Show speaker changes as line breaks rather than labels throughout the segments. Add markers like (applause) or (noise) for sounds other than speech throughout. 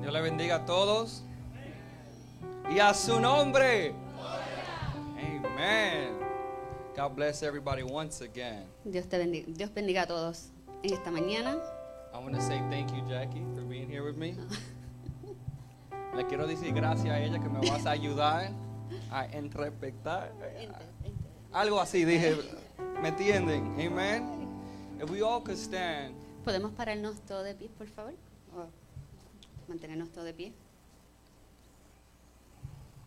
Dios le bendiga a todos. Y a su nombre. Amen. God bless everybody once again.
Dios te bendiga, Dios bendiga a todos en esta mañana.
I want to say thank you, Jackie, for being here with me. Le quiero decir gracias a ella que me vas a ayudar a interpretar. Algo así dije. ¿Me entienden? Amen. If we all could stand.
¿Podemos pararnos todos de pie, por favor? O mantenernos todos de pie.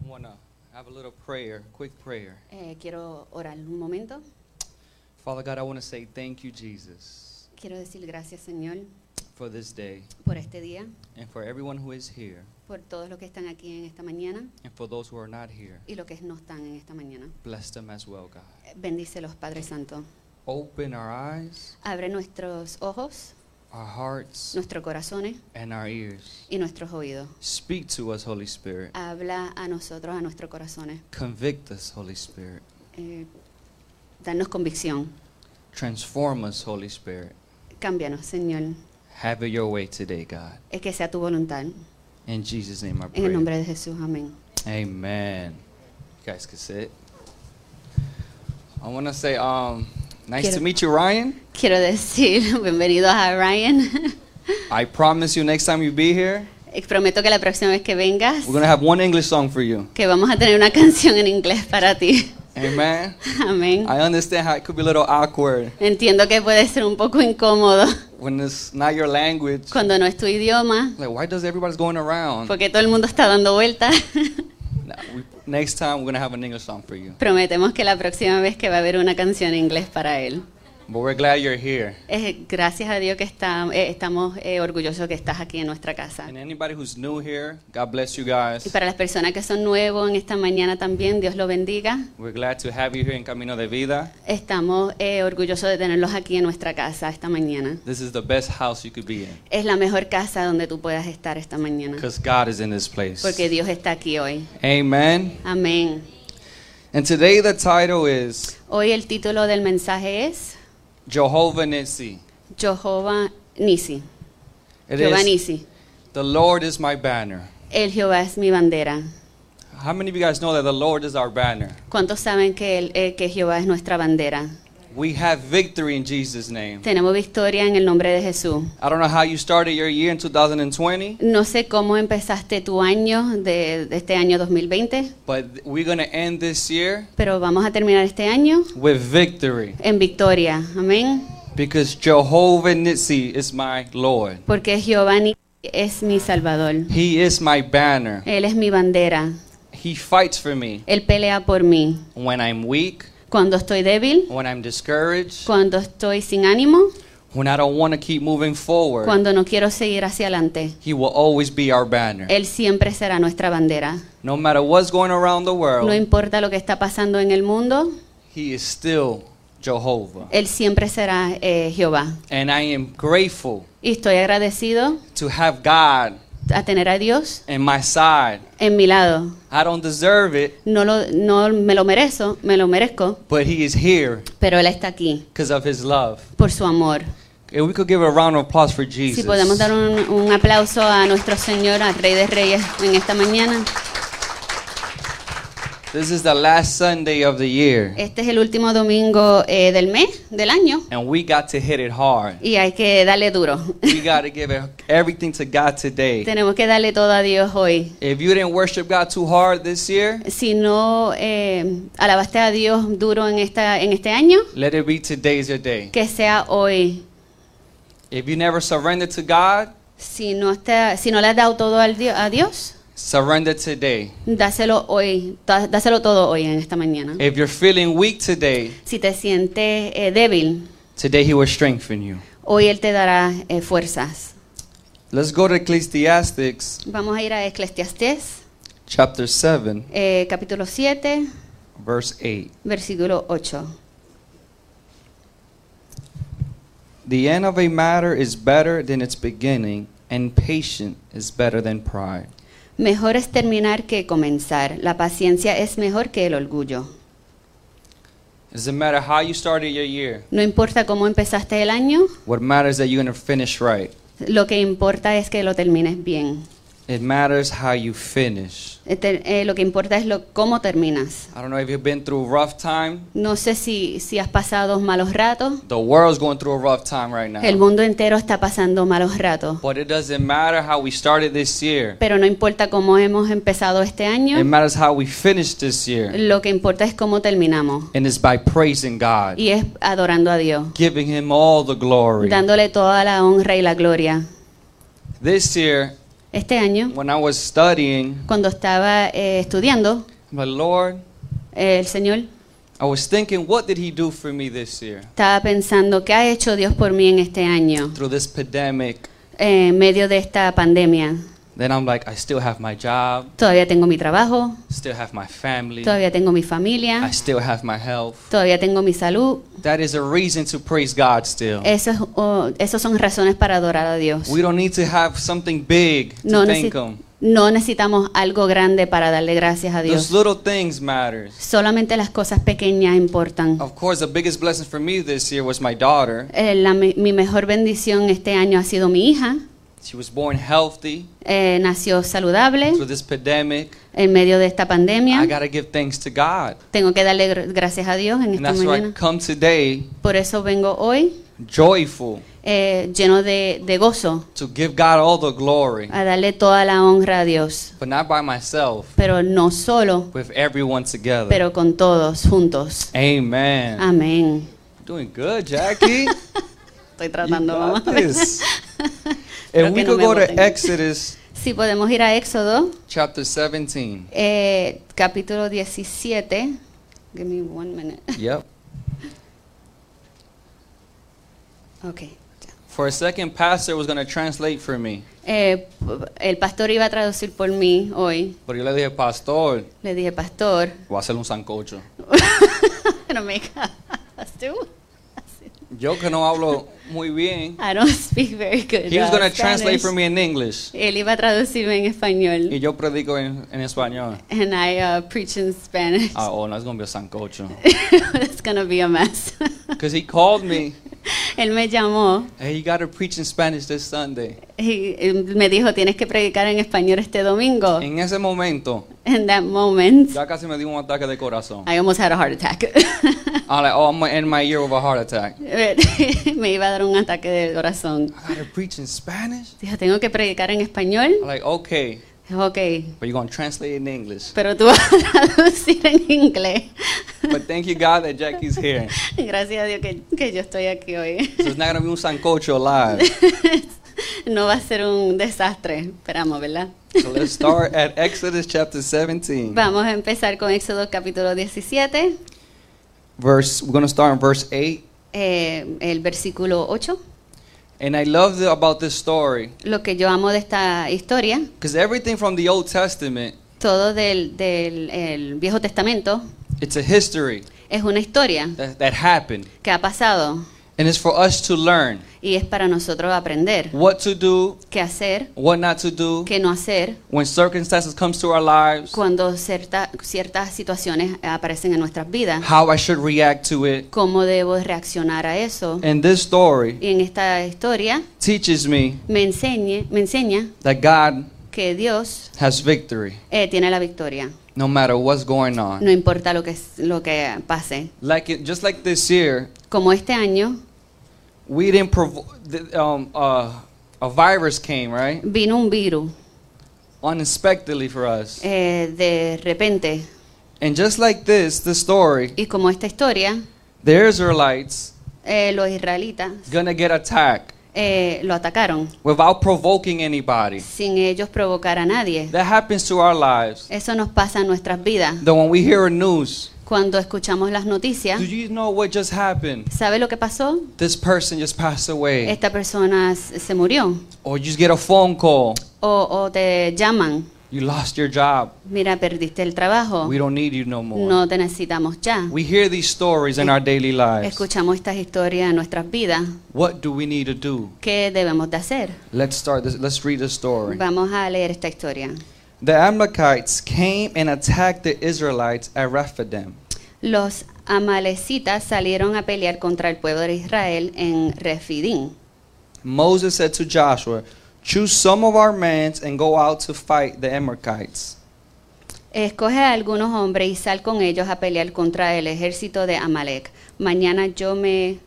I want to have a little prayer, quick prayer.
Eh, quiero orar un momento.
Father God, I want to say thank you, Jesus,
Quiero decir gracias, Señor,
for this day
por este día,
and for everyone who is here
por todos los que están aquí en esta mañana
and for those who are not here.
y los que no están en esta mañana.
Bless them as well, God.
Eh, Bendícelos, Padre Santo.
Open our eyes,
Abre nuestros ojos,
our hearts,
nuestros corazones
and our ears.
y nuestros oídos.
Speak to us, Holy Spirit.
Habla a nosotros, a nuestros corazones.
Convict us, Holy Spirit.
Eh, danos convicción.
Transform us, Holy Spirit.
Cámbianos, Señor.
Have it your way today, God.
Es que sea tu voluntad.
In Jesus' name I
En el
pray.
nombre de Jesús, amén.
Amen. You guys can sit. I want to say, um, nice to
Quiero-
meet you, Ryan.
Quiero decir, (laughs) bienvenidos a Ryan. (laughs)
I promise you, next time you be here,
Eh, Prometo que la próxima vez que vengas,
we're going to have one English song for you.
que vamos a tener una (laughs) canción en inglés para ti. (laughs)
Amen.
Amén.
I understand how it could be a little awkward
Entiendo que puede ser un poco incómodo
when it's not your language.
cuando no es tu idioma,
Like, why does everybody's going around?
porque todo el mundo está dando vueltas.
No, we, next time, we're going to have an English song for you.
(laughs) Prometemos que la próxima vez que va a haber una canción en inglés para él.
But we're glad you're here.
Eh, gracias a Dios que está- eh, estamos eh, orgullosos que estás aquí en nuestra casa.
And anybody who's new here, God bless you guys.
Y para las personas que son nuevos en esta mañana también, Dios lo bendiga.
We're glad to have you here in Camino de Vida.
Estamos eh, orgullosos de tenerlos aquí en nuestra casa esta mañana.
This is the best house you could be in
Es la mejor casa donde tú puedas estar esta mañana,
because God is in this place.
porque Dios está aquí hoy.
Amen.
Amén.
And today the title is
Hoy el título del mensaje es
Jehovah Nissi.
Jehová Nisi.
It
Jehová
is
Nisi.
the Lord is my banner.
El Jehová es mi bandera.
How many of you guys know that the Lord is our banner?
¿Cuántos saben que, el- eh, que Jehová es nuestra bandera?
We have victory in Jesus' name.
Tenemos victoria en el nombre de Jesús.
I don't know how you started your year in 2020,
No sé cómo empezaste tu año de, de este año 2020,
but we're going to end this year
pero vamos a terminar este año
with victory
en victoria. Amén.
because Jehovah Nissi is my Lord.
Porque Jehová Ni- es mi salvador.
He is my banner.
Él es mi bandera.
He fights for me
Él pelea por mí.
when I'm weak,
Cuando estoy débil,
when I'm discouraged,
cuando estoy sin ánimo,
when I don't want to keep moving forward.
cuando no quiero seguir hacia adelante.
He will always be our banner.
Él siempre será nuestra bandera.
No matter what's going around the
No
world,
importa lo que está pasando en el mundo,
He is still Jehovah.
Él siempre será eh, Jehová.
And I am grateful
Y estoy agradecido
to have God
a tener a Dios
in my side.
en mi lado.
I don't deserve it,
No, lo, no me lo merezco, me lo merezco,
but He is here
pero Él está aquí
because of His love.
por su amor.
If we could give a round of applause for Jesus.
Si podemos dar un, un aplauso a nuestro Señor, al Rey de Reyes, en esta mañana.
This is the last Sunday of the year,
Este es el último domingo eh, del mes, del año,
and we got to hit it hard.
y hay que darle duro.
We got to give it- everything to God today.
(laughs) Tenemos que darle todo a Dios hoy.
If you didn't worship God too hard this year,
Si no eh, alabaste a Dios duro en, esta, en este año,
let it be today's your day.
que sea hoy.
If you never surrendered to God,
Si no, te- si no le has dado todo al Dio- a Dios,
surrender today.
dáselo hoy, da- dáselo todo hoy en esta mañana.
If you're feeling weak today,
Si te sientes eh, débil,
today He will strengthen you.
hoy Él te dará eh, fuerzas.
Let's go to Ecclesiastics
Vamos a ir a Eclesiastés,
chapter 7,
eh, capítulo 7,
verse 8.
versículo 8.
The end of a matter is better than its beginning, and patience is better than pride.
Mejor es terminar que comenzar. La paciencia es mejor que el orgullo.
It doesn't matter how you started your year.
No importa cómo empezaste el año,
What matters is that you're going to finish right.
lo que importa es que lo termines bien.
It matters how you finish.
Eh, te- eh, lo que importa es lo, cómo terminas.
I don't know if you've been through a rough time.
No sé si, si has pasado malos ratos.
The world's going through a rough time right
El
now.
mundo entero está pasando malos ratos.
But it doesn't matter how we started this year.
Pero no importa cómo hemos empezado este
It
año,
matters how we finish this year.
lo que importa es cómo terminamos.
And it's by praising God,
Y es adorando a Dios,
giving Him all the glory.
dándole toda la honra y la gloria.
This year,
Este año,
when I was studying,
cuando estaba eh, estudiando,
my Lord,
eh, el Señor
I was thinking, what did He do for me this year?
estaba pensando, ¿qué ha hecho Dios por mí en este año?
Through this pandemic.
Eh, en medio de esta pandemia.
Then I'm like, I still have my job,
Todavía tengo mi trabajo,
still have my family,
todavía tengo mi
I
familia,
still have my health.
todavía tengo mi salud.
That is a reason to praise God still.
Eso es- oh, esos son razones para adorar a Dios.
We don't need to have something big to
No,
thank
necesi-
Him.
no necesitamos algo grande para darle gracias a
Those
Dios.
little things matter.
Solamente las cosas pequeñas importan.
Of course, the biggest blessing for me this year was my daughter.
Eh, la me- mi mejor bendición este año ha sido mi hija.
She was born healthy
Eh, nació saludable
through this pandemic.
en medio de esta
I
pandemia.
got to give thanks to God.
Tengo que darle gr- gracias a Dios en
And
esta
that's why I
mañana.
come today
Por eso vengo hoy
joyful
eh, lleno de, de gozo
to give God all the glory,
a darle toda la honra a Dios.
but not by myself,
Pero no solo,
with everyone together.
pero Ah. con todos juntos.
Amen.
Amén.
Doing good,
(laughs)
Jackie.
Estoy
You
tratando,
got
mamá.
this.
Creo
And we
que no
could
me
go to
voten.
Exodus
(laughs) Si podemos ir a Éxodo,
chapter
(laughs)
17.
eh, capítulo 17. Give me one minute.
Yep.
Okay. ya.
For a second, Pastor was going to translate for me.
Eh, el pastor iba a traducir por mí hoy.
Pero yo le dije, Pastor,
Le dije, pastor,
voy a hacer un sancocho.
(laughs) no me cagas tú.
Yo que no hablo muy bien.
I don't speak very good.
He was
uh,
going to
Spanish. Mm-hmm.
translate for me in English.
Él iba a traducirme en
Y
español.
yo predico en, en español.
And I uh, preach in Spanish. (laughs)
Ah, oh, no, it's going to be a sancocho.
That's gonna be a mess. (laughs)
Because he called me.
Él me llamó
Hey, you got to preach in Spanish this Sunday.
y eh, me dijo, tienes que predicar en español este domingo.
En ese momento,
In that moment,
ya casi me dio un ataque de corazón.
I almost had a heart attack. (laughs)
I'm like, oh, I'm going to end my year with a heart attack.
me iba a dar un ataque del corazón.
I got to preach in Spanish?
Dijo, tengo que predicar en español.
I'm like, okay,
Dijo, ok,
but you're going to translate it in English.
pero tú (laughs) vas a traducir en inglés. (laughs)
But thank you, God, that Jackie's here.
Gracias a Dios que, que yo estoy aquí hoy.
So it's not going to be un sancocho live.
No va a ser un desastre, esperamos, ¿verdad?
So let's start at Exodus chapter 17.
(laughs) Vamos a empezar con Éxodo capítulo 17,
Verse we're going to start in verse 8.
eh, el versículo 8.
And I love the, about this story
Lo que yo amo de esta historia,
cuz everything from the Old Testament,
todo del, del el Viejo Testamento,
it's a history
es una historia
that, that happened.
que ha pasado
And it's for us to learn
y es para nosotros aprender
what to do,
qué hacer,
what not to do
qué no hacer
when circumstances comes to our lives,
cuando cierta- ciertas situaciones aparecen en nuestras vidas.
how I should react to it.
cómo debo reaccionar a eso.
And this story
Y en esta historia
teaches me
me, enseñe, me enseña
that God
que Dios
has victory
eh, tiene la victoria,
no matter what's going on.
no importa lo que, es- lo que pase.
Like it, just like this year,
Como este año
we didn't provo- th- um, uh, a virus came right
vino un virus
unexpectedly for us
eh, de repente,
and just like this the story
y como esta historia,
the israelites
eh, los israelitas
gonna get attacked
eh, lo atacaron
without provoking anybody
sin ellos provocar a nadie.
that happens to our lives
Eso nos pasa en nuestras vidas.
that when we hear a news
Cuando escuchamos las noticias,
do you know what just happened
¿sabe lo que pasó?
this person just passed away
Esta persona s- se murió.
or you just get a phone call
O, o te llaman,
you lost your job
mira, perdiste el trabajo,
we don't need you no more
Oh. no te necesitamos ya.
we hear these stories in our daily lives
Escuchamos estas historias en nuestras vidas.
what do we need to do
¿Qué debemos de hacer?
let's start this let's read the story
Vamos a leer esta historia.
The Amalekites came and attacked the Israelites at Rephidim.
Los amalecitas salieron a pelear contra el pueblo de Israel en Refidim.
Moses said to Joshua, Choose some of our men and go out to fight the Amalekites.
Escoge a algunos hombres y sal con ellos a pelear contra el ejército de Amalek. Mañana yo me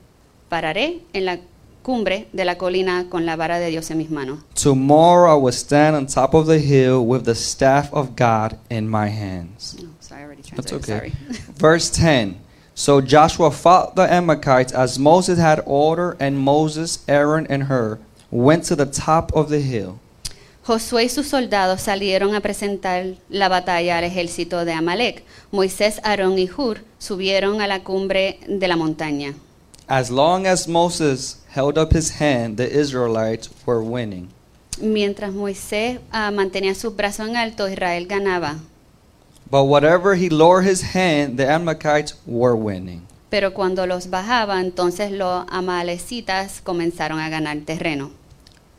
pararé en la cumbre de la colina con la vara de Dios en mis manos.
Tomorrow I will stand on top of the hill with the staff of God in my hands.
Oh, sorry, I already
That's okay.
translated, sorry. (laughs)
Verse 10. So Joshua fought the Amalekites as Moses had ordered, and Moses, Aaron, and Hur went to the top of the hill.
Josué y sus soldados salieron a presentar la batalla al ejército de Amalek. Moisés, Aarón y Hur subieron a la cumbre de la montaña.
As long as Moses held up his hand, the Israelites were winning.
Mientras Moisés ah, mantenía sus brazos en alto, Israel ganaba.
But whatever he lowered his hand, the Amalekites were winning.
Pero cuando los bajaba, entonces los amalecitas comenzaron a ganar terreno.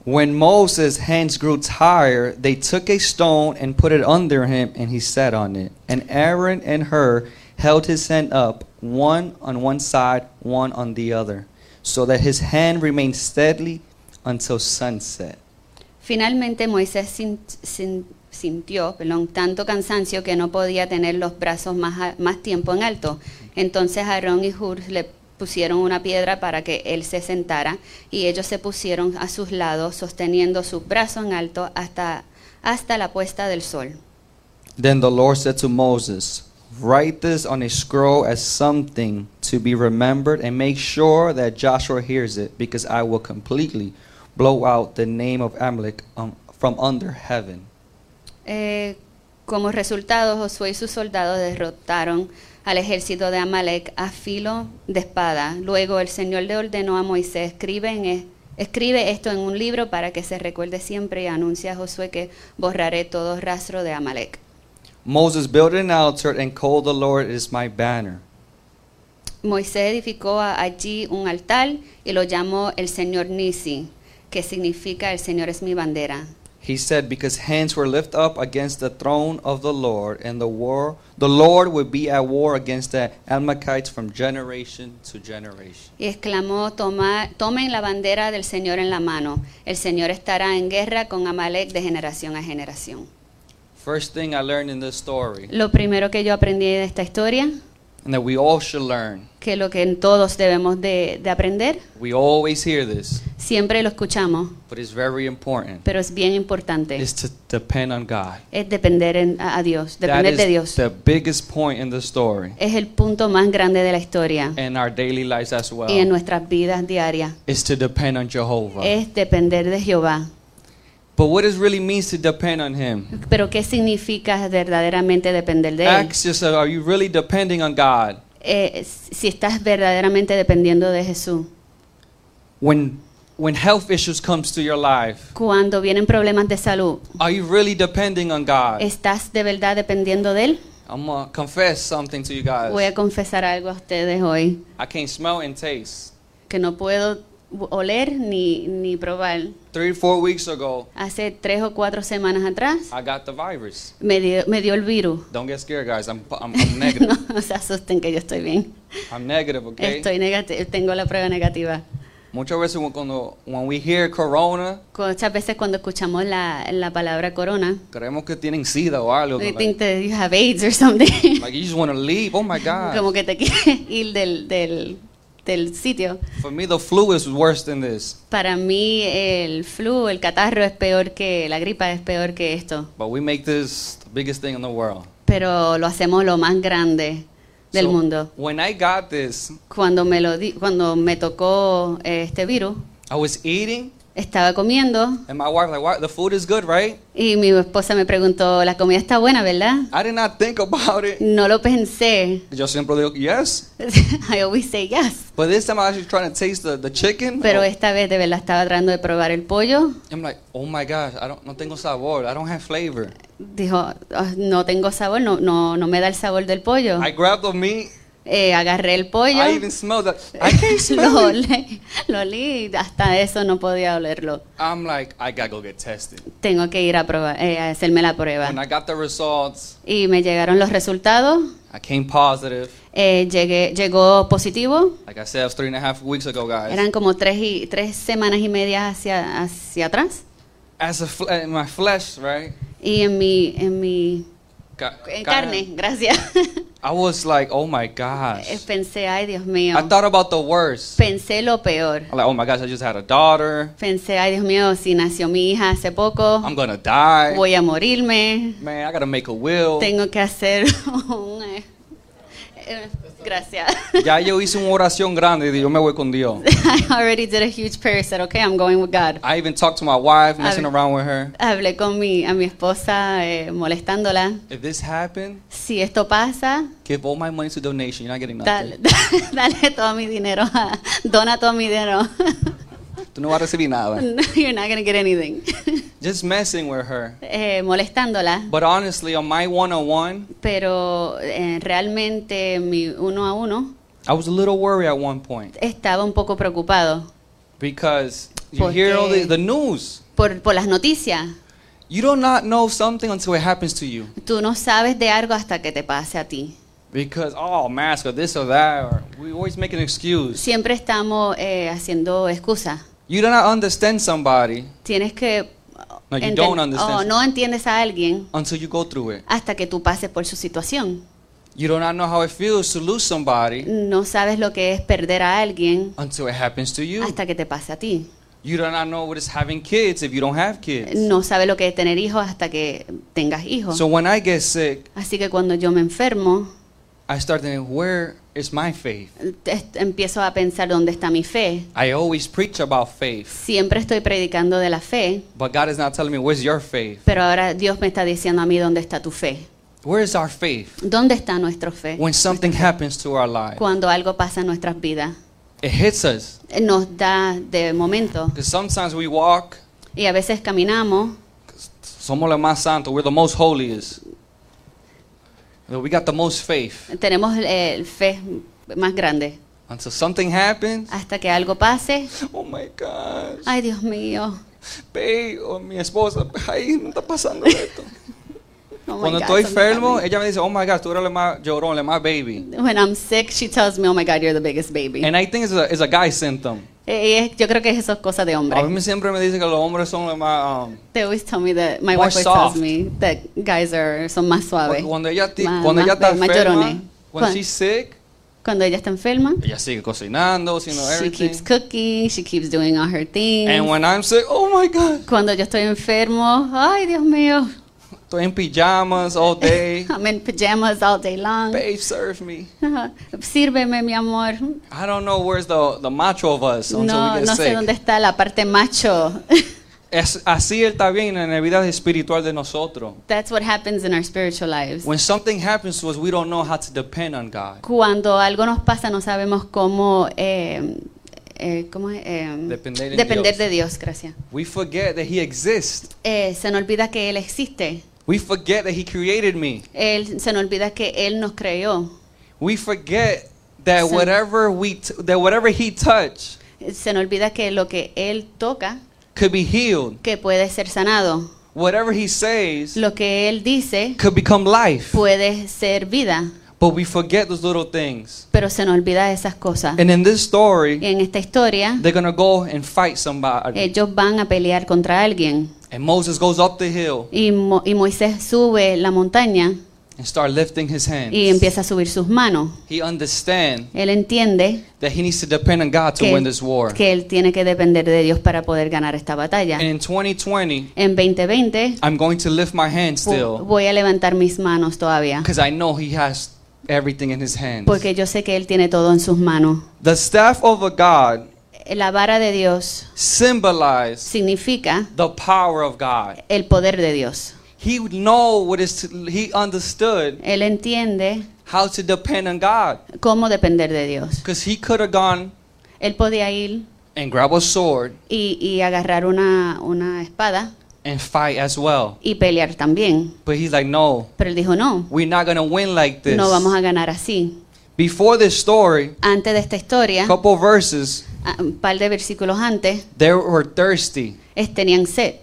When Moses' hands grew tired, they took a stone and put it under him, and he sat on it. And Aaron and Hur held his hand up, one on one side, one on the other, so that his hand remained steady until sunset.
Finalmente Moisés sin- sin- sintió perdón, tanto cansancio que no podía tener los brazos más, a- más tiempo en alto. Entonces Aarón y Hur le pusieron una piedra para que él se sentara y ellos se pusieron a sus lados sosteniendo sus brazos en alto hasta, hasta la puesta del sol.
Then the Lord said to Moses, Write this on a scroll as something to be remembered, and make sure that Joshua hears it, because I will completely blow out the name of Amalek um, from under heaven.
Eh, como resultado, Josué y sus soldados derrotaron al ejército de Amalek a filo de espada. Luego el Señor le ordenó a Moisés, escribe, en e- escribe esto en un libro para que se recuerde siempre y anuncia a Josué que borraré todo rastro de Amalek.
Moses built an altar and called the Lord is my banner.
Moisés edificó a- allí un altar y lo llamó el Señor Nisi, que significa el Señor es mi bandera.
He said, Because hands were lifted up against the throne of the Lord, and the war the Lord would be at war against the Amalekites from generation to generation.
Y exclamó, "Toma- tomen la bandera del Señor en la mano. El Señor estará en guerra con Amalek de generación a generación.
First thing I learned in this story,
Lo primero que yo aprendí de esta historia,
and that we all should learn.
que lo que todos debemos de, de aprender,
We always hear this,
siempre lo escuchamos,
but it's very important.
pero es bien importante,
Is to depend on God.
es depender en- a, a Dios,
That
depender de
is
Dios.
the biggest point in the story
Es el punto más grande de la historia
and our daily lives as
y en Eh.
well.
nuestras vidas diarias.
Is to depend on Jehovah.
Es depender de Jehová.
But what it really means to depend on Him.
Pero ¿qué significa verdaderamente depender de Él?
Ask yourself, are you really depending on God?
eh, si estás verdaderamente dependiendo de Jesús.
When when health issues comes to your life,
Cuando vienen problemas de salud,
are you really depending on God?
¿estás de verdad dependiendo de Él?
I'm gonna confess something to you
Voy a
guys.
confesar algo a ustedes hoy,
I can't smell and taste.
que no puedo oler ni, ni probar.
Three, four weeks ago,
Hace tres o cuatro semanas atrás
I got the virus.
me dio, me dio el virus.
Don't get scared, guys. I'm I'm,
(laughs)
I'm negative.
no se asusten que yo estoy bien.
I'm negative, okay?
Estoy negati- tengo la prueba negativa.
Muchas veces when- cuando when we hear corona,
Cu- Muchas veces cuando escuchamos la, la palabra corona,
creemos que tienen sida o algo.
they
Like,
think that you have AIDS or something. (laughs)
like, you just want to leave. Oh my
como
God.
que te (laughs) quieres ir del, del, del sitio.
For me, the flu is worse than this.
Para mí el flu, el catarro es peor que la gripa, es peor que esto.
But we make this the biggest thing in the world.
Pero lo hacemos lo más grande del
So,
mundo.
When I got this,
Cuando me, lo di- cuando me tocó eh, este virus,
I was eating,
estaba comiendo
and my wife like, "Why the food is good, right?"
y mi esposa me preguntó, la comida está buena, ¿verdad?
I did not think about it.
No lo pensé. (laughs)
Yo siempre digo, "Yes,"
I always say yes.
but this time I was actually trying to taste the, the chicken.
Pero
Oh,
esta vez de verdad estaba tratando de probar el pollo.
I'm like, "Oh my gosh, I don't no tengo sabor. I don't have flavor."
Dijo, "Ah, no tengo sabor, no, no, no me da el sabor del pollo.
I grabbed the meat.
Eh, agarré el pollo,
I even smelled it. I
(laughs)
can't
lo,
smell it.
olé, lo olí, hasta eso no podía olerlo.
I'm like, I gotta go get tested.
Tengo que ir a, probar, eh, a hacerme la
When
prueba.
I got the results,
Y me llegaron los resultados,
I came positive.
eh, llegué, llegó positivo,
Like I said, it was three and a half weeks ago, guys.
eran como tres, y, tres semanas y media hacia, hacia atrás.
as a fl- in my flesh, right?
Y en mi, en mi
Ca-
en
ca-
Eh, carne, gracias, (laughs)
I was like, oh my gosh.
pensé, ay Dios mío,
I thought about the worst.
pensé lo peor.
I'm like, oh my gosh, I just had a daughter.
Pensé, ay Dios mío, si nació mi hija hace poco,
I'm gonna die.
voy a morirme,
Man, I gotta make a will.
tengo que hacer (laughs) un... eh, eh, gracias.
Ya yo hice una oración grande y yo me voy con Dios.
(laughs) I already did a huge prayer, said, okay, I'm going with God.
I even talked to my wife, messing
ver.
around with her.
Hablé con mi, a mi esposa eh, molestándola.
If this happened,
Si esto pasa,
give all my money to donation. You're not getting
dale, (laughs)
nothing.
dale todo mi dinero, (laughs) a- dona todo mi dinero. (laughs)
Tú no vas a recibir nada.
You're not gonna get anything. (laughs)
Just messing with her.
Eh, molestándola.
But honestly, on my one-on-one,
Pero eh, realmente mi uno a uno
I was a little worried at one point
estaba un poco preocupado
because you hear all the, the news.
por, por las noticias.
You do not know something until it happens to you.
Tú no sabes de algo hasta que te pase a ti.
Because oh, mask or this or that, or we always make an excuse.
Siempre estamos eh, haciendo excusas.
You do not understand somebody
Tienes que
No, you
enten-
don't understand.
oh, no entiendes a alguien
until you go through it.
hasta que tú pases por su situación.
You do not know how it feels to lose somebody
No sabes lo que es perder a alguien
until it happens to you.
hasta que te pase a ti.
You do not know what is having kids if you don't have kids.
No sabes lo que es tener hijos hasta que tengas hijos.
So when I get sick,
Así que cuando yo me enfermo,
I start thinking, where is my faith?
es- empiezo a pensar dónde está mi fe.
I always preach about faith,
Siempre estoy predicando de la fe,
but God is not telling me, where's your faith?
pero ahora Dios me está diciendo a mí dónde está tu fe.
Where is our faith
¿Dónde está nuestra fe?
when something happens to our life?
Cuando algo pasa en nuestras vidas. Eh,
It hits us.
Nos da de momento.
Because sometimes we walk,
Y a veces caminamos
somos los más santos, we're the most holiest. We got the most faith.
tenemos eh, el fe más grande.
Until something happens,
Hasta que algo pase,
oh my gosh.
ay Dios mío,
Babe, o mi esposa, ay, no está pasando esto.
(laughs) oh my
Cuando
God,
estoy
something
enfermo,
happened.
ella me dice, oh my gosh, tú eres la más llorón, la más baby.
When I'm sick, she tells me, oh my God, you're the biggest baby.
And I think it's a, it's a guy symptom.
Eh, eh, yo creo que eso es cosa de
A
hombre.
mí siempre me dice que los hombres son los más... um,
They always tell me that, my
More
wife always
soft.
tells me that guys are, son más suaves.
cu- cuando ella, ti-
Más-
cuando ella
más
está
be- más
enferma,
llorones.
when
Cuan-
she's sick,
Cuando ella está enferma,
ella sigue cocinando, haciendo
she keeps
everything.
cooking, she keeps doing all her
And
things.
when I'm sick, oh my God,
Cuando yo estoy enfermo, ay Dios mío,
estoy en pijamas all day.
I'm in pajamas all day long.
Babe, serve me.
Sírveme, mi amor.
I don't know where's the, the macho of us until
No,
we get
no sé
sick.
dónde está la parte macho. (laughs)
Es- así él está bien en la vida espiritual de nosotros.
That's what happens in our spiritual lives.
When something happens to us, we don't know how to depend on God.
Cuando algo nos pasa, no sabemos cómo, eh, eh, ¿cómo es? Eh,
Depender en Dios.
de Dios, gracias.
We forget that He exists.
Eh, se nos olvida que Él existe.
We forget that He created me.
Él, se nos olvida que Él nos creó.
We forget that
Se-
whatever we t- that whatever He touched
Se nos olvida que lo que Él toca,
could be healed.
que puede ser sanado.
Whatever He says
Lo que Él dice,
could become life.
puede ser vida.
But we forget those little things.
Pero se nos olvida esas cosas.
And in this story,
En esta historia,
they're gonna go and fight somebody.
ellos van a pelear contra alguien.
And Moses goes up the hill
Y, Mo- y Moisés sube la montaña
and start lifting his
y
hands.
empieza a subir sus manos.
He understands
Él entiende
that he needs to depend on God to
que,
win this war.
que él tiene que depender de Dios para poder ganar esta batalla.
And in 2020,
En 2020
I'm going to lift my hand
vo-
still
voy a levantar mis manos todavía
because I know he has everything in his hands.
porque yo sé que él tiene todo en sus manos.
The staff of a God
La vara de Dios
symbolize
significa
the power of God.
el poder de Dios.
He would know what is to, he understood
Él entiende
how to depend on God
cómo depender de Dios.
because he could have gone
Él podía ir
and grab a sword
y, y agarrar una, una espada
and fight as well.
y pelear también.
But he's like, no,
Pero él dijo, no,
we're not gonna win like this.
no vamos a ganar así.
Before this story,
Antes de esta historia,
a couple verses,
a- un par de versículos antes,
they were thirsty.
es, tenían sed,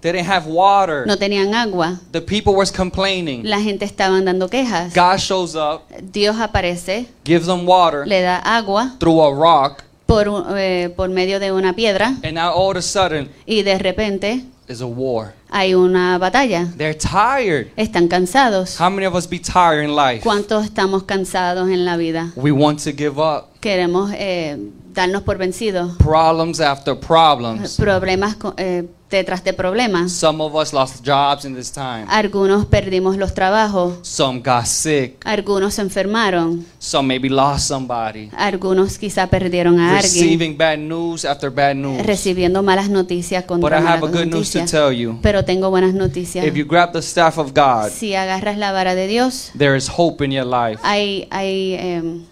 They didn't have water.
no tenían agua,
The people was complaining.
la gente estaba dando quejas.
God shows up,
Dios aparece,
gives them water
le da agua
through a rock,
por, un- eh, por medio de una piedra
and now all of a sudden
y de repente
is a war.
Hay una batalla.
They're tired.
Están cansados.
How many of us be tired in life?
¿Cuántos estamos cansados en la vida?
We want to give up.
Queremos eh, darnos por vencidos.
Problems after problems.
Problemas co- eh, detrás de problemas.
Some of us lost jobs in this time.
Algunos perdimos los trabajos.
Some got sick.
Algunos se enfermaron.
Some maybe lost somebody.
Algunos quizá perdieron a alguien.
Receiving bad news after bad news.
Recibiendo malas noticias
But
contra
I have a
malas
good news to
noticias.
tell you.
Pero tengo buenas noticias.
If you grab the staff of God,
Si agarras la vara de Dios,
there is hope in your life.
hay, hay em,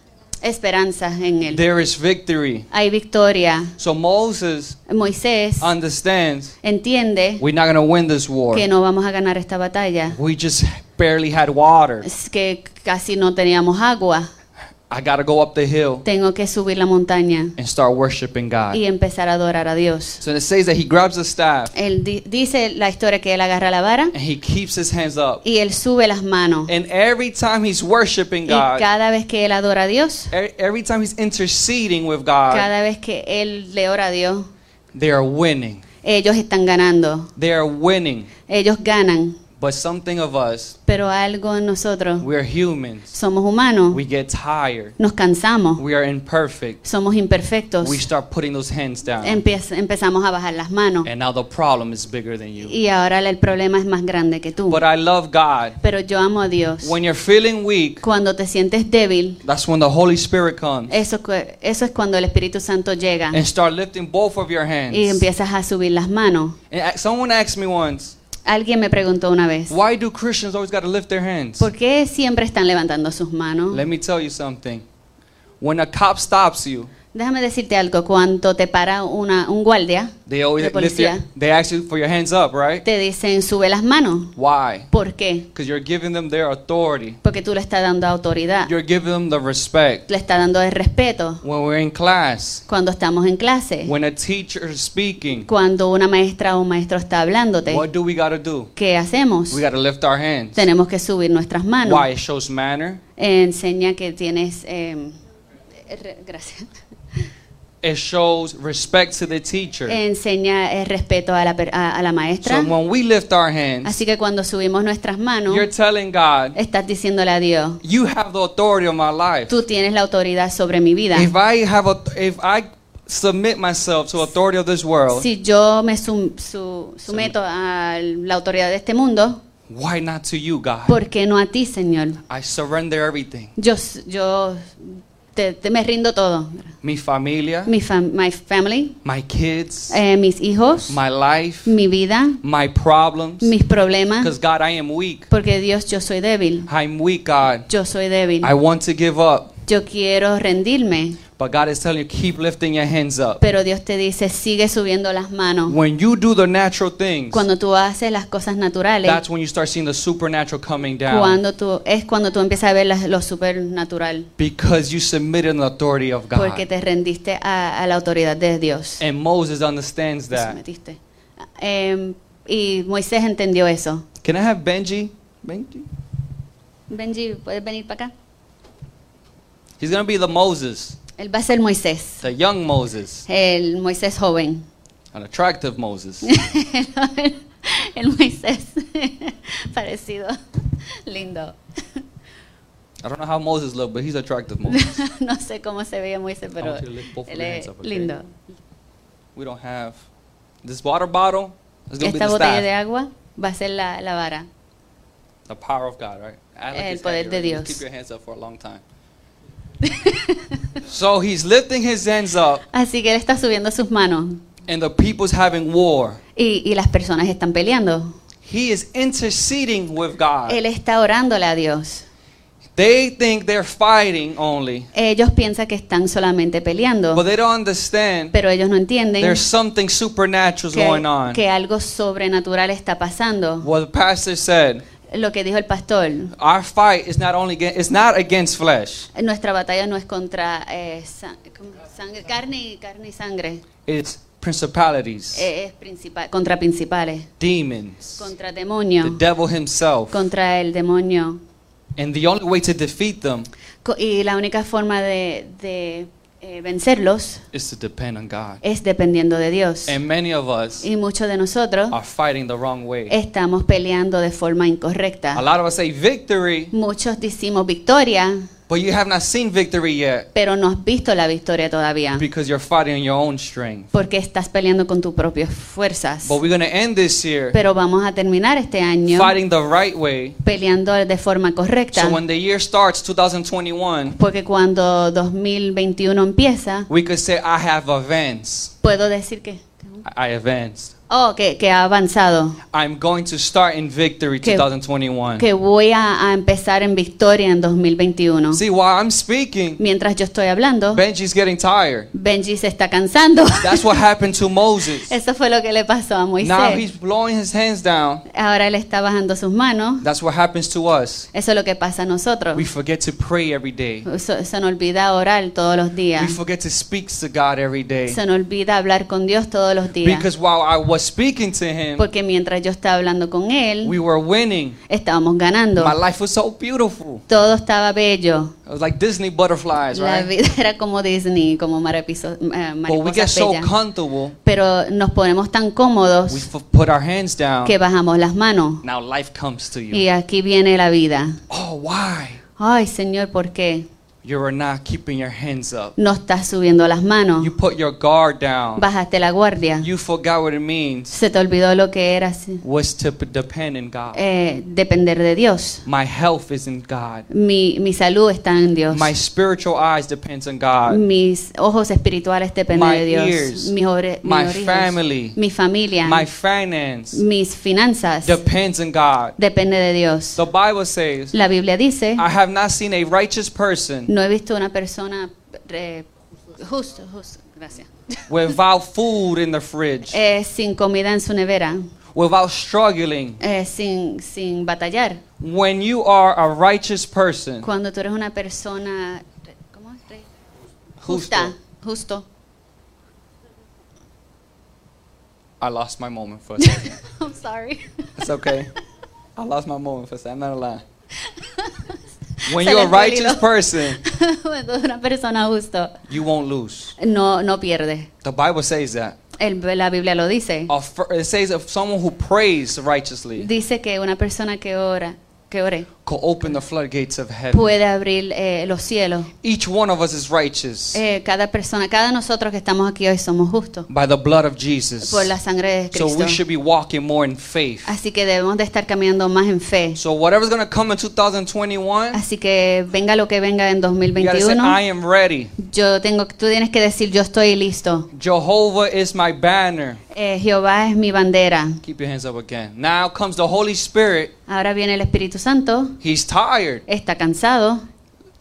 esperanza en Él.
There is victory.
Hay victoria.
So Moses
Moisés
understands
entiende
we're not going to win this war.
que no vamos a ganar esta batalla.
We just barely had water.
Es que casi no teníamos agua.
I got to go up the hill
Tengo que subir la montaña
and start worshiping God.
y empezar a adorar a Dios.
So it says that he grabs the staff
Él di- dice la historia que él agarra la vara
and he keeps his hands up.
y él sube las manos.
And every time he's worshiping
Y
God,
cada vez que él adora a Dios,
e- every time he's interceding with God,
cada vez que él le ora a Dios,
they are winning.
ellos están ganando.
They are winning.
Ellos ganan.
But something of us,
Pero algo en nosotros,
we're humans.
somos humanos,
We get tired.
nos cansamos,
We are imperfect.
somos imperfectos.
We start putting those hands down.
Empieza- empezamos a bajar las manos
And now the problem is bigger than you.
y ahora el problema es más grande que tú.
But I love God.
Pero yo amo a Dios.
When you're feeling weak,
Cuando te sientes débil,
that's when the Holy Spirit comes
eso, cu- eso es cuando el Espíritu Santo llega
and start lifting both of your
y
hands.
empiezas a subir las manos.
And a- someone asked me once,
Alguien me preguntó una vez,
why do Christians always got to lift their hands?
¿por qué siempre están levantando sus manos?
Let me tell you something. When a cop stops you,
Déjame decirte algo, cuando te para una, un guardia,
they always
De
lift your,
policía.
they ask you for your hands up, right?
te dicen sube las manos.
Why?
¿Por qué?
Because you're giving them their authority.
Porque tú le estás dando autoridad,
You're giving them the respect.
le estás dando el respeto
When we're in class,
cuando estamos en clase,
when a teacher is speaking,
cuando una maestra o un maestro está hablándote.
what do we got to do?
¿Qué hacemos?
We got to lift our hands.
Tenemos que subir nuestras manos.
Why? It shows manner.
Enseña que tienes... eh, re- gracias.
It shows respect to the teacher.
Enseña el respeto a la, per- a- a la
So
maestra.
when we lift our hands,
Así que cuando subimos nuestras manos,
you're telling God,
estás diciéndole a Dios,
you have the authority on my life.
tú tienes la autoridad sobre mi vida.
If I have a, if I submit myself to authority of this world,
Si yo me sum- su- someto a la autoridad de este mundo,
why not to you, God?
¿por qué no a ti, Señor?
I surrender everything.
Yo, s- yo te, te- me rindo todo.
Mi familia,
Mi fam- my family,
my kids,
eh, mis hijos,
my life,
mi vida,
my problems.
mis problemas,
Because God, I am weak.
porque Dios, yo soy débil.
I'm weak, God.
Yo soy débil.
I want to give up,
Yo quiero rendirme,
but God is telling you keep lifting your hands up.
pero Dios te dice, sigue subiendo las manos.
When you do the natural things,
Cuando tú haces las cosas naturales,
that's when you start seeing the supernatural coming down.
cuando tú, es cuando tú empiezas a ver las- lo supernatural,
Because you submitted the authority of
porque
God.
te rendiste a, a la autoridad de Dios.
And Moses understands
Te
that.
sometiste. Eh, y Moisés entendió eso.
Can I have Benji? Benji?
Benji, ¿puedes venir para acá?
He's going to be the Moses,
Él va a ser Moisés,
the young Moses,
el Moisés joven. (laughs)
an attractive Moses.
el Moisés (laughs) parecido, lindo. (laughs)
I don't know how Moses looked, but he's attractive Moses.
no sé cómo se veía Moisés,
I
(laughs) pero
want you to lift both of
él
your
es
hands up, okay?
lindo.
We don't have this water bottle. It's going to be the
Esta botella de
staff.
agua va a ser la, la vara.
The power of God, right? Act
El
it's
poder
heavy,
de
right? You
Dios.
Keep your hands up for a long
(laughs)
time. so he's lifting his hands up,
Así que él está subiendo sus manos
and the people's having war.
y, y las personas están peleando.
He is interceding with God.
Él está orándole a Dios.
They think they're fighting only,
Ellos piensan que están solamente
but
peleando,
they don't understand
pero ellos no entienden
there's something supernatural going
que,
on.
que algo sobrenatural está pasando.
Well, the pastor said,
Lo que dijo el pastor,
our fight is not only against, it's not against flesh.
nuestra batalla no es contra eh, sa- ¿cómo? sangre, carne, y, carne y sangre,
It's principalities,
Eh, es principal, contra principales,
demons,
contra
the
demonios,
devil himself.
contra el demonio.
And the only way to defeat them
Co- Y la única forma de, de, eh, vencerlos
is to depend on God.
es dependiendo de Dios.
And many of us
Y muchos de nosotros
are fighting the wrong
Eh.
way.
estamos peleando de forma
A
incorrecta.
lot of us say victory,
Muchos decimos victoria,
but you have not seen victory yet
pero no has visto la victoria todavía,
because you're fighting on your own strength.
porque estás peleando con tus propias fuerzas.
But we're going to end this year
Pero vamos a terminar este año
fighting the right way.
peleando de forma correcta,
So when the year starts 2021,
porque cuando 2021 empieza,
we could say, I have advanced.
puedo decir que...
I- I advanced.
Oh, que, que ha avanzado,
I'm going to start in victory
Que-
2021.
que voy a, a empezar en victoria en 2021.
See, while I'm speaking,
Mientras yo estoy hablando,
Benji's getting tired.
Benji se está cansando.
That's what happened to Moses.
(laughs) Eso fue lo que le pasó a
Now he's
Moisés.
blowing his hands down.
Ahora él está bajando sus manos.
That's what happens to us.
Eso es lo que pasa a nosotros.
We forget to pray every day.
Se, se nos olvida orar todos los
We
días.
forget to speak to God every day.
Se nos olvida hablar con Dios todos los días.
Because while I was speaking to him,
Porque mientras yo estaba hablando con él,
we were winning.
estábamos ganando.
My life was so beautiful.
Todo estaba bello.
It was like Disney butterflies,
La
right?
vida (laughs) era como Disney, como marapiso- eh,
But we get
mariposas
so
bellas.
comfortable,
Pero nos ponemos tan
we
cómodos
f- put our hands down.
que bajamos las manos.
Now life comes to you.
Y aquí viene la vida.
Oh, why?
Ay, Señor, ¿por qué
You are not keeping your hands up.
no estás subiendo las manos?
You put your guard down.
Bajaste la guardia.
You forgot what it means
Se te olvidó lo que era sí.
was to p- depend on God.
Eh, depender de Dios.
My health is in God.
Mi, mi salud está en Dios.
My spiritual eyes depends on God.
Mis ojos espirituales dependen
My
de Dios.
ears.
mis ore- mis
My
orejas.
family.
mi familia.
My finance
mis finanzas.
depends on God.
depende de Dios.
The Bible says,
La Biblia dice,
I have not seen a righteous person
no he visto una persona eh, justo, justo,
(laughs)
gracias.
without food in the fridge,
Eh, sin comida en su nevera,
without struggling.
eh, sin, sin batallar.
When you are a righteous person,
Cuando tú eres una persona re- ¿cómo es? Re-
Justo.
justa, justo. (laughs)
I lost my moment
(laughs)
for a second.
I'm sorry.
It's okay. I lost my moment for a second. I'm not
(laughs)
lying. When
Se
you're
le
a
fue el
righteous
hilo.
person,
(laughs) Cuando una persona justo
you won't lose.
no no pierde.
The Bible says that.
El- la Biblia lo dice.
A fir- It says of someone who prays righteously
Dice que una persona que ora, que ore,
could open the floodgates of heaven.
puede abrir eh, los cielos.
Each one of us is righteous
Eh, cada persona, cada nosotros que estamos aquí hoy somos justos
by the blood of Jesus.
por la sangre de
So we
Cristo.
should be walking more in faith.
Así que debemos de estar caminando más en fe.
So whatever's gonna come in 2021,
Así que venga lo que venga en
you gotta say, I
2021,
am ready.
yo tengo, tú tienes que decir yo estoy listo.
Jehovah is my banner.
Eh, Jehová es mi bandera.
Keep your hands up again. Now comes the Holy Spirit.
Ahora viene el Espíritu Santo,
He's tired.
está cansado.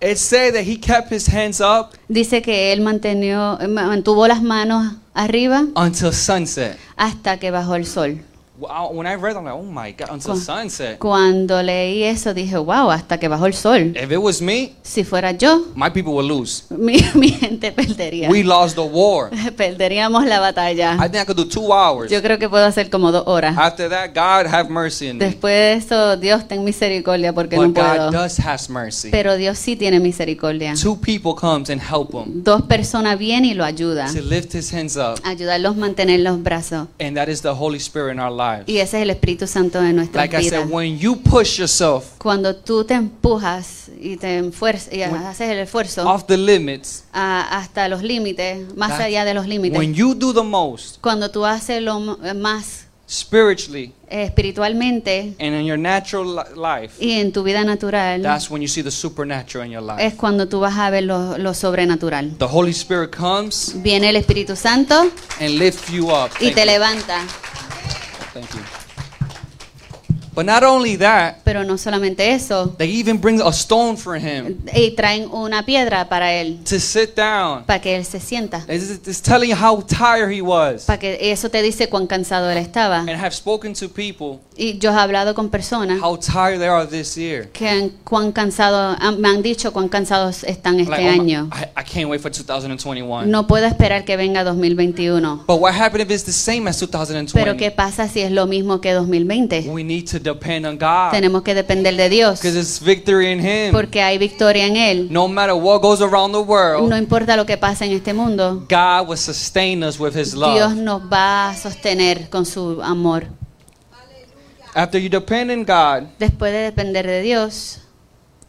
It said that he kept his hands up
Dice que él mantenió, eh, mantuvo las manos arriba
until sunset.
hasta que bajó el sol.
Wow, When I read, I'm like, oh my God, until
Cu-
sunset.
Cuando leí eso dije, wow, hasta que bajó el sol.
If it was me,
Si fuera yo,
my people would lose.
mi, (laughs) mi gente perdería.
We lost the war.
(laughs) Perderíamos la
I
batalla.
think I could do two hours.
Yo creo que puedo hacer como dos horas.
After that, God have mercy on me.
Después de eso, Dios ten misericordia porque
But
no
God
puedo.
does have mercy.
Pero Dios sí tiene misericordia.
Two people comes and help him
Dos personas vienen y lo ayudan.
to lift his hands up,
Ayudarlos a mantener los brazos.
and that is the Holy Spirit in our lives.
Y ese es el Espíritu Santo de nuestra
Like I
vida.
said, when you push yourself
Cuando tú te empujas y te enfuer- y haces el esfuerzo
off the limits,
a- hasta los límites, más
That's-
allá de los
when
límites,
you do the most
cuando tú haces lo m- más
spiritually
eh, espiritualmente
and in your natural li- life,
y en tu vida natural,
That's when you see the supernatural in your
es
life.
cuando tú vas a ver lo, lo sobrenatural.
The Holy Spirit comes
Viene el Espíritu Santo
and lifts you up.
y
Thank
te
you.
levanta.
Thank you. But not only that,
Pero no solamente eso,
they even bring a stone for him
y traen una piedra para él,
to sit down.
para que él se sienta.
It's, it's telling you how tired he was.
Para que eso te dice cuán cansado él estaba.
And I have spoken to people
Y yo he hablado con personas
how tired they are this year.
que han- cuán cansado han- me han dicho cuán cansados están este
Like, oh my- oh
año.
I, I can't wait for 2021.
No puedo esperar que venga 2021.
But what happened if it's the same as
Pero qué
2020?
pasa si es lo mismo que 2020?
We need to depend on God
Tenemos que depender de Dios
because it's victory in Him.
porque hay victoria en Él.
No matter what goes around the
No
world,
importa lo que pase en este mundo,
God will sustain us with His
Dios
love.
nos va a sostener con su amor.
After you depend on God,
Después de depender de Dios,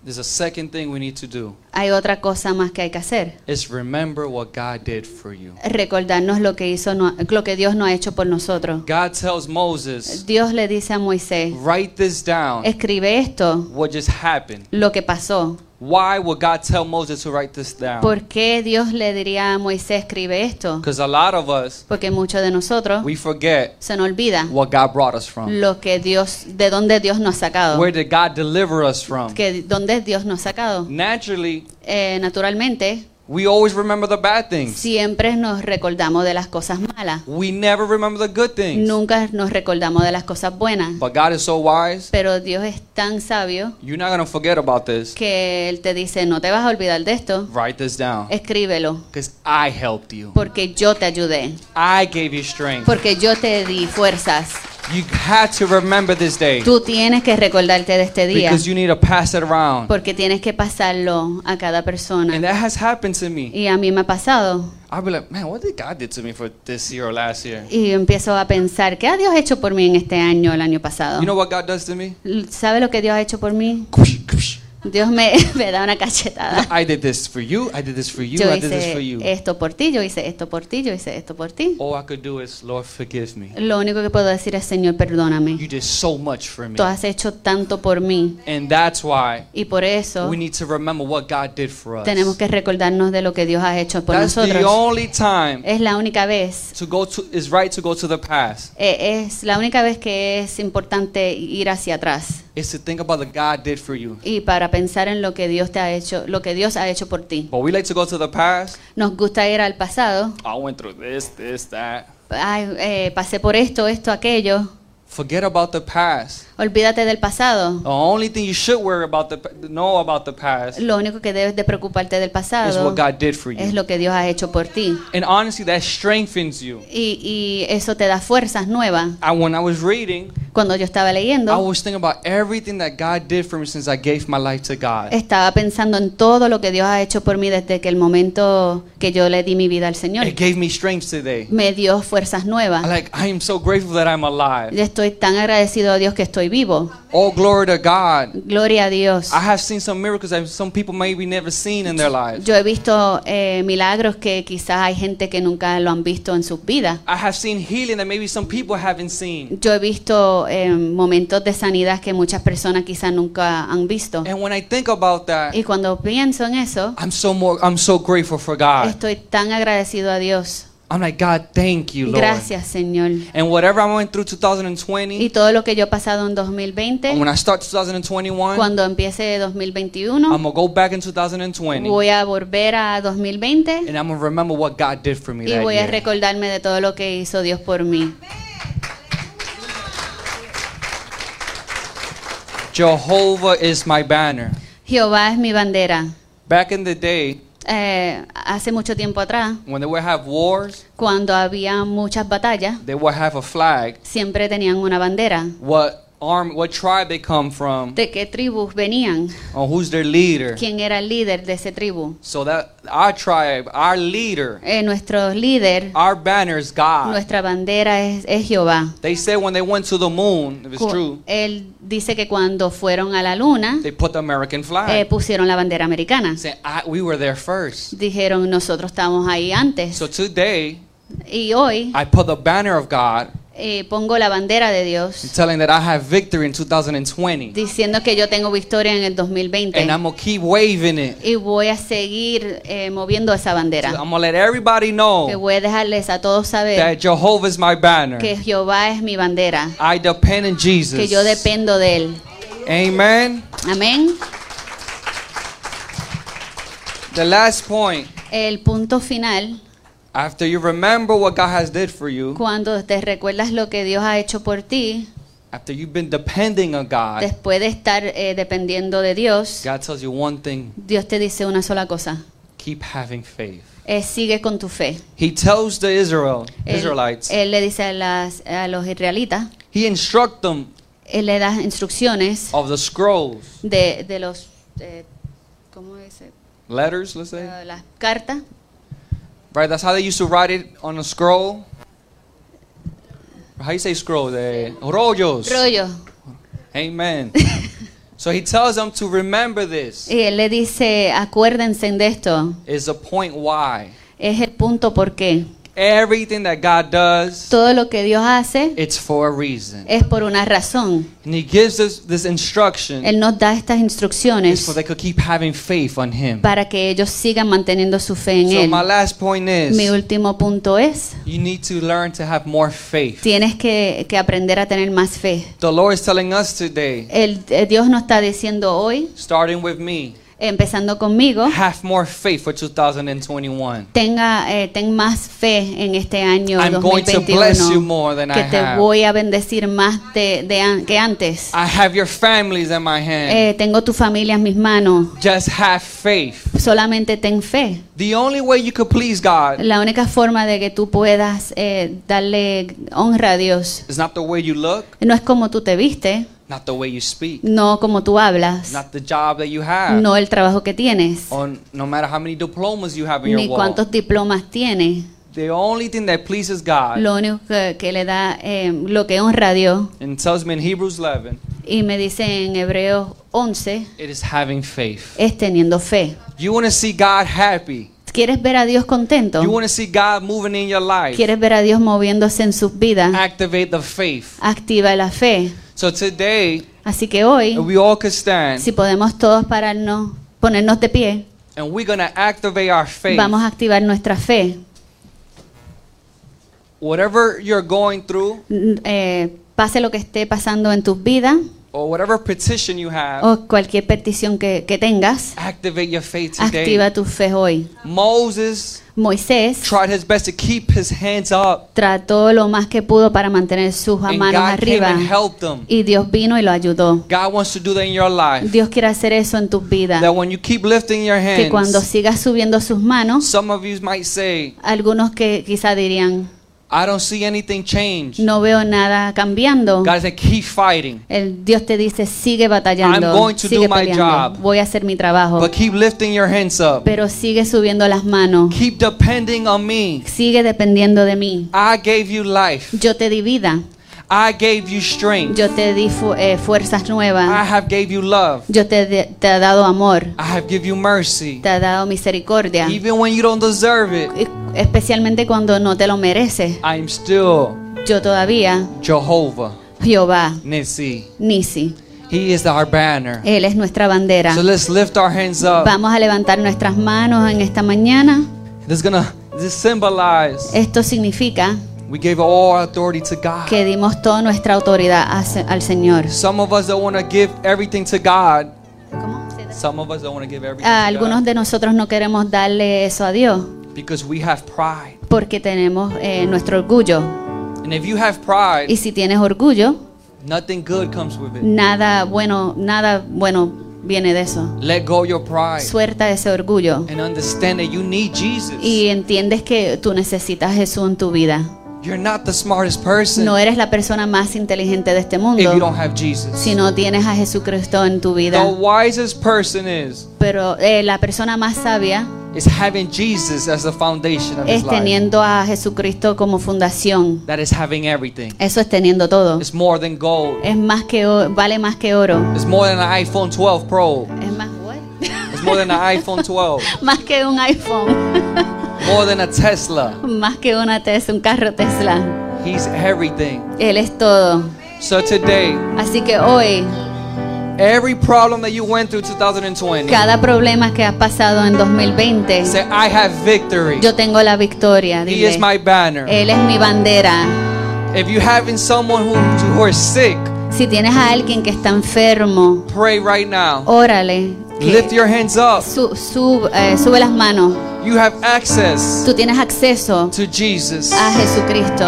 there's a second thing we need to do.
hay otra cosa más que hay que hacer.
It's remember what God did for you.
Recordarnos lo que, hizo, no- lo que Dios no ha hecho por nosotros.
God tells Moses,
Dios le dice a Moisés,
write this down,
escribe esto,
what just happened.
lo que pasó.
Why would God tell Moses to write this down?
¿Por qué Dios le diría a Moisés, escribe esto?
Because a lot of us,
Porque muchos de nosotros
we forget
se nos olvida
what God brought us from.
lo que Dios, de dónde Dios nos ha sacado.
Where did God deliver us from?
Que dónde Dios nos ha sacado.
Naturally,
Eh, naturalmente,
we always remember the bad things.
siempre nos recordamos de las cosas malas.
We never remember the good things.
Nunca nos recordamos de las cosas buenas.
But God is so wise,
Pero Dios es tan sabio
you're not going to forget about this.
que Él te dice, no te vas a olvidar de esto,
Write this down.
escríbelo,
Because I helped you.
porque yo te ayudé,
I gave you strength.
porque yo te di fuerzas.
You had to remember this day.
Tú tienes que recordarte de este día,
Because you need to pass it around.
porque tienes que pasarlo a cada
And
persona.
that has happened to me.
Y a mí me ha pasado.
I'll be like, man, what did God did to me for this year or last year?
Y empiezo a pensar, ¿qué ha Dios hecho por mí en este año, el año pasado?
You know what God does to
(laughs)
me?
¿Sabe lo que Dios ha hecho por mí? Dios me, (laughs) me da una cachetada.
I did this for you. I did this for you.
Yo
I did this for
hice
you.
esto por ti, yo hice esto por ti, yo hice esto por ti.
All I could do is, Lord, forgive me.
Lo único que puedo decir es, Señor, perdóname.
Oh. You did so much for me.
Tú has hecho tanto por mí.
And that's why
Y por eso
we need to remember what God did for us.
tenemos que recordarnos de lo que Dios ha hecho por
That's the
nosotros.
only time
Es la única vez,
to go to is right to go to the past.
eh, es la única vez que es importante ir hacia atrás
It's to think about what God did for you.
y para pensar en lo que Dios te ha hecho, lo que Dios ha hecho por ti.
But we like to go to the past.
Nos gusta ir al pasado.
I went through this, this, that.
Ay, eh, pasé por esto, esto, aquello.
Forget about the past.
Olvídate del pasado.
The only thing you should worry about the know about the past
Lo único que debes de preocuparte del
is
pasado
what God did for
es
you.
lo que Dios ha hecho por ti.
And honestly, that strengthens you.
Y, y eso te da fuerzas nuevas.
I, when I was reading,
Cuando yo estaba
I
leyendo,
was thinking about everything that God did for me since I gave my life to God.
estaba pensando en todo lo que Dios ha hecho por mí desde que el momento que yo le di mi vida al Señor.
It gave me strength today.
Me dio fuerzas
I
nuevas.
Like I am so grateful that I'm alive.
Yo estoy tan agradecido a Dios que estoy vivo.
All glory to God.
Gloria a Dios.
I have seen some miracles that some people maybe never seen in their lives.
Yo he visto eh, milagros que quizás hay gente que nunca lo han visto en sus vidas.
I have seen healing that maybe some people haven't seen.
Yo he visto eh, momentos de sanidad que muchas personas quizás nunca han visto.
And when I think about that,
Y cuando pienso en eso,
I'm so more I'm so grateful for God.
estoy tan agradecido a Dios.
I'm like God, thank you, Lord.
Gracias, Señor.
And whatever I went through
Y
2020,
todo lo que yo he pasado en 2020,
when I start 2021, I'm
cuando empiece 2021,
gonna go back in 2020
voy a volver a 2020
and I'm gonna remember what God did for me
y
that
voy a
year.
recordarme de todo lo que hizo Dios por mí.
Jehovah is my banner.
Jehová es mi bandera.
Back in the day,
Eh, hace mucho tiempo atrás,
when they would have wars,
cuando había muchas batallas,
they would have a flag.
siempre tenían una bandera.
What arm, what tribe they come from,
¿De qué tribus venían?
or who's their leader.
¿Quién era el líder de esa tribu?
So that our tribe, our leader,
Eh, nuestro líder
our banner is God.
Nuestra bandera es, es Jehová.
They said when they went to the moon, if it's
Cu-
true,
Él dice que cuando fueron a la luna
they put the American
eh,
flag.
pusieron la bandera americana.
Saying, I, we were there first.
Dijeron nosotros estábamos ahí antes
So today,
y hoy
I put the banner of God,
eh, pongo la bandera de Dios
telling that I have victory in 2020,
diciendo que yo tengo victoria en el 2020
and I'm gonna keep waving it.
y voy a seguir eh, moviendo
So
esa
I'm
bandera.
gonna let everybody
Que
know
voy a dejarles a todos saber
that Jehovah is my banner.
que Jehová es mi bandera,
I depend on Jesus.
que yo dependo de él.
Amen.
Amén.
The last point,
El punto final
after you remember what God has did for you,
cuando te recuerdas lo que Dios ha hecho por ti,
after you've been depending on God,
después de estar eh, dependiendo de Dios,
God tells you one thing,
Dios te dice una sola cosa,
keep having faith.
eh, sigue con tu fe.
He tells the Israel,
Él,
Israelites,
él le dice a, las- a los israelitas,
he instruct them
él le da instrucciones
of the scrolls,
de, de los, eh, ¿cómo es? Eh,
letters, let's say.
las cartas.
Right, that's how they used to write it on a scroll. How you say scroll? The rollos.
Rollo. (laughs)
Amen. so he tells them to remember this.
Y él le dice, acuérdense de esto.
Is the point why
Es el punto por qué.
everything that God does,
Todo lo que Dios hace
it's for a reason.
es por una razón.
And he gives us this instruction
Él nos da estas instrucciones
so they could keep having faith on him.
para que ellos sigan manteniendo su fe en
So
Él.
my last point
Mi
is
último punto es,
you need to learn to have more faith.
tienes que, que aprender a tener más fe.
The Lord is telling us today,
El, eh, Dios nos está diciendo hoy,
starting with me,
empezando conmigo,
have more faith for 2021.
tenga eh, ten más fe en este año
I'm going to bless you
2021
more than I
que te
have.
voy a bendecir más de, de an- que antes.
I have your families in my hand.
Eh, tengo tu familia en mis manos.
Just have faith.
Solamente ten fe.
The only way you could please God
La única forma de que tú puedas eh, darle honra a Dios
is not the way you look,
no es como tú te viste,
not the way you speak,
no como tú hablas,
not the job that you have,
no el trabajo que tienes,
or no matter how many diplomas you have in
ni
your wall.
cuántos diplomas tienes.
The only thing that pleases God,
Lo único que, que le da, eh, lo que honra a Dios,
and tells me in Hebrews 11,
y me dice en Hebreos 11,
it is having faith.
es teniendo fe.
You want to see God happy.
¿Quieres ver a Dios
You
contento?
want to see God moving in your life.
¿Quieres ver a Dios moviéndose en sus vidas?
Activate the faith.
Activa la fe.
So today,
Así que hoy,
we all could stand
si podemos todos pararnos, ponernos de pie,
and we're going to activate our faith.
vamos a activar nuestra fe.
Whatever you're going through
N- eh, pase lo que esté pasando en tus vidas
or whatever petition you have,
o cualquier petición que, que tengas,
activate your faith today.
activa tu fe hoy.
Moses
Moisés
tried his best to keep his hands up,
trató lo más que pudo para mantener sus
and
manos
God came
arriba
and helped him.
y Dios vino y lo ayudó.
God wants to do that in your life.
Dios quiere hacer eso en tus vidas.
That when you keep lifting your
que cuando
hands,
sigas subiendo sus manos,
some of you might say,
algunos que quizá dirían,
I don't see anything change.
no veo nada cambiando.
God said, keep fighting,
El Dios te dice, sigue
I'm
batallando,
going to
sigue
do my
peleando,
job.
voy a hacer mi trabajo,
but keep lifting your hands up.
Oh. pero sigue subiendo las manos,
Keep depending on me.
sigue dependiendo de mí.
I gave you life.
Yo te di vida,
I gave you strength.
yo te di fu- eh, fuerzas
I
nuevas,
have gave you love.
yo te, de- te he dado amor,
I have give you mercy.
te he dado misericordia, y-
Even when you don't deserve it,
especialmente cuando no te lo mereces.
I am still
Yo todavía,
Jehovah
Jehová,
Nissi.
Nisi,
He is our banner.
Él es nuestra bandera.
So let's lift our hands up.
Vamos a levantar nuestras manos en esta mañana.
This gonna this symbolize
Esto significa
we gave all authority to God.
que dimos toda nuestra autoridad a- al Señor.
Some of us don't want to give everything to God.
¿Cómo?
Some of us don't want to give everything
A
to
algunos
God
de nosotros no queremos darle eso a Dios
because we have pride.
porque tenemos eh, nuestro orgullo.
And if you have pride,
Y si tienes orgullo,
nothing good comes with it.
nada bueno, nada bueno viene de eso.
Let go your pride
Suelta ese orgullo
and understand that you need Jesus.
y entiendes que tú necesitas a Jesús en tu vida.
You're not the smartest person
No eres la persona más inteligente de este
if you
mundo
don't have Jesus.
si no tienes a Jesucristo en tu vida.
The wisest person is
Pero eh, la persona más sabia
is having Jesus as the foundation of his
es
life.
teniendo a Jesucristo como fundación.
That is having everything.
Eso es teniendo todo.
It's more than gold.
Es más que o- vale más que oro.
It's more than an iPhone 12 Pro.
Es más what?
It's more than an iPhone 12.
(laughs) más que un iPhone. (laughs)
More than a Tesla.
más que una Tesla, un carro Tesla.
He's everything.
Él es todo.
So today,
Así que hoy,
every problem that you went through 2020,
cada problema que has pasado en 2020,
say I have victory.
yo Eh. tengo la victoria.
He
dile.
is my banner.
Él es mi bandera.
If you having someone who, who are sick,
Si tienes a alguien que está enfermo,
pray right now.
órale. que-
Lift your hands up.
Su- sub- eh, sube las manos.
You have access
Tú tienes acceso
to Jesus.
a Jesucristo.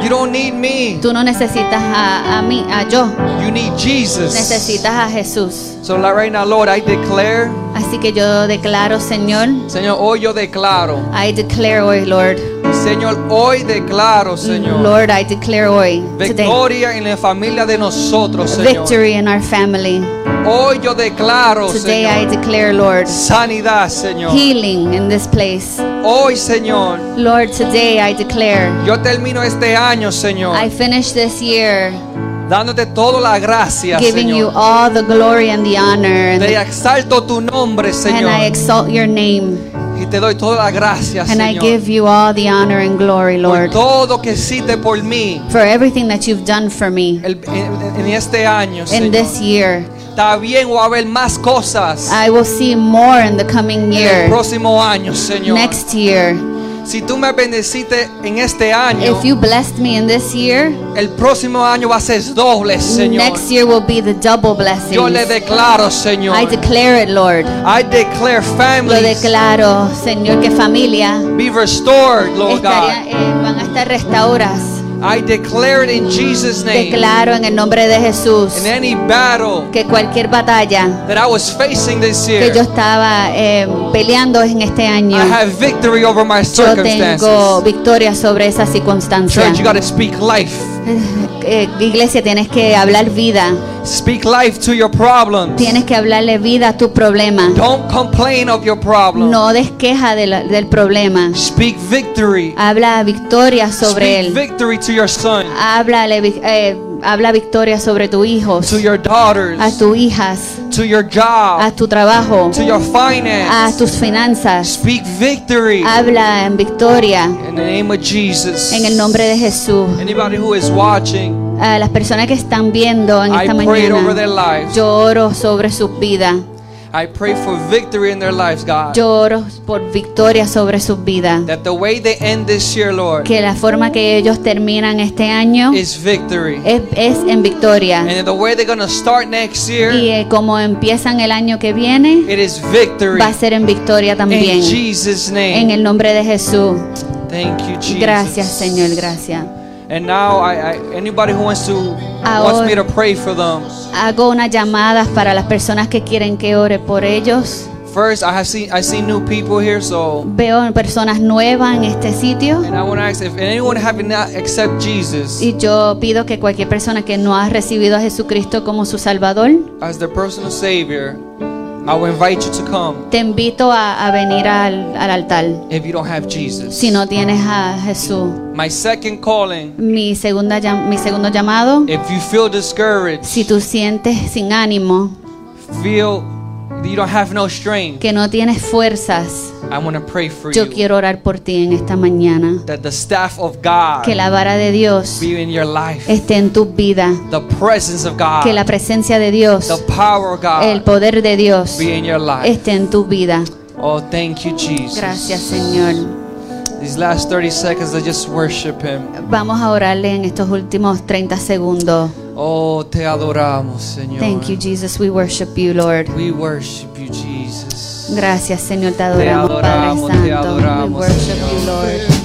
You don't need me.
Tú no necesitas a, a mí, a yo.
You need Jesus.
Necesitas a Jesús.
So So like right now, Lord, I declare,
Así que yo declaro, Señor,
Señor, hoy yo declaro,
I declare hoy, Lord,
Señor, hoy declaro, Señor,
Lord, I declare hoy, today,
victoria en la familia de nosotros, Señor.
victory in our family.
Hoy yo declaro,
Today I
Señor,
declare, Lord,
sanidad, Señor.
healing in this place.
Hoy, Señor,
Lord, today I declare,
yo termino este año, Señor,
I finish this year
dándote toda la gracia,
giving you
Señor.
all the glory and the honor, and,
Te exalto tu nombre,
and I
Señor,
exalt your name,
y te doy toda la gracia,
and I
Señor,
give you all the honor and glory,
por
Lord,
todo que hiciste por mí
for everything that you've done for me
el- en, en este año,
in
Señor.
this year. Ah,
Está bien, va a haber más cosas
I will see more in the coming
en el
year,
próximo año, Señor.
next year.
Si tú me bendeciste en este año,
If you blessed me in this year,
el próximo año va a ser doble, Señor.
next year will be the double blessing.
Yo le declaro, Señor.
I declare it, Lord.
I declare
Lo
families
declaro, Señor, que familia
be restored, Lord
estaría-
God.
eh, van a estar restauradas.
I declare it in Jesus' name.
Declaro en el nombre de Jesús
In any battle
que cualquier batalla
that I was facing this
que yo
year,
estaba eh, peleando en este año,
I have victory over my
yo tengo
circumstances.
victoria sobre esa circunstancia.
Church, you got to speak life.
Eh, iglesia, tienes que hablar vida.
Speak life to your problems.
Tienes que hablarle vida a tu problema.
Don't complain of your problem.
No des queja de la- del problema.
Speak victory.
Habla victoria Ah, sobre
Speak
él. Ah,
victory to your son,
Háblale vic- eh, habla victoria sobre tu hijo,
to your
a
daughters,
tus hijas,
to your
a
job,
tu trabajo,
to your
a
finance.
tus finanzas.
Speak victory
Habla en victoria
in the name of Jesus.
en el nombre de Jesús.
Anybody who is watching,
A las personas que están viendo en
I
esta
prayed over their
mañana,
lives.
yo oro sobre sus vidas.
I pray for victory in their lives, God.
Yo oro por victoria sobre sus vidas.
That the way they end this year, Lord,
Que la forma que ellos terminan este año
is victory.
es, es en victoria.
And the way they're going to start next
Y
year,
eh, como empiezan el año que viene,
it is victory.
va a ser en victoria
In
también.
Jesus'
En
name.
el nombre de Jesús.
Thank you, Jesus.
Gracias, Señor, gracias.
And now, I, I anybody who wants to wants
Ahora-
me to pray for them.
Hago unas llamadas para las personas que quieren que ore por ellos.
First, I have seen I see new people here, so
Veo personas nuevas en este sitio
and I want to ask if anyone have not accept Jesus
y yo pido que cualquier persona que no ha recibido a Jesucristo como su Salvador,
as their personal Savior, I will invite you to come.
te invito a, a venir al, al altar
If you don't have Jesus,
si no tienes a Jesús.
my second calling.
Mi, segunda, llam- mi segundo llamado,
If you feel discouraged,
si tú sientes sin ánimo,
feel that you don't have no strength,
que no tienes fuerzas,
I want to pray for
yo
you
quiero orar por ti en esta mañana.
that the staff of God
Que la vara de Dios
be in your life,
esté en tu vida.
the presence of God,
Que la presencia de Dios,
the power of God
el poder de Dios,
be in your life.
esté en tu vida.
Oh, thank you, Jesus.
Gracias, Señor.
These last 30 seconds, I just worship Him.
Vamos a orarle en estos últimos 30 segundos.
Oh, te adoramos, Señor.
Thank you, Jesus. We worship you, Lord.
We worship you, Jesus.
Gracias, Señor. Te adoramos, Padre
adoramos, te
Santo. We
adoramos,
worship
Señor.
you, Lord.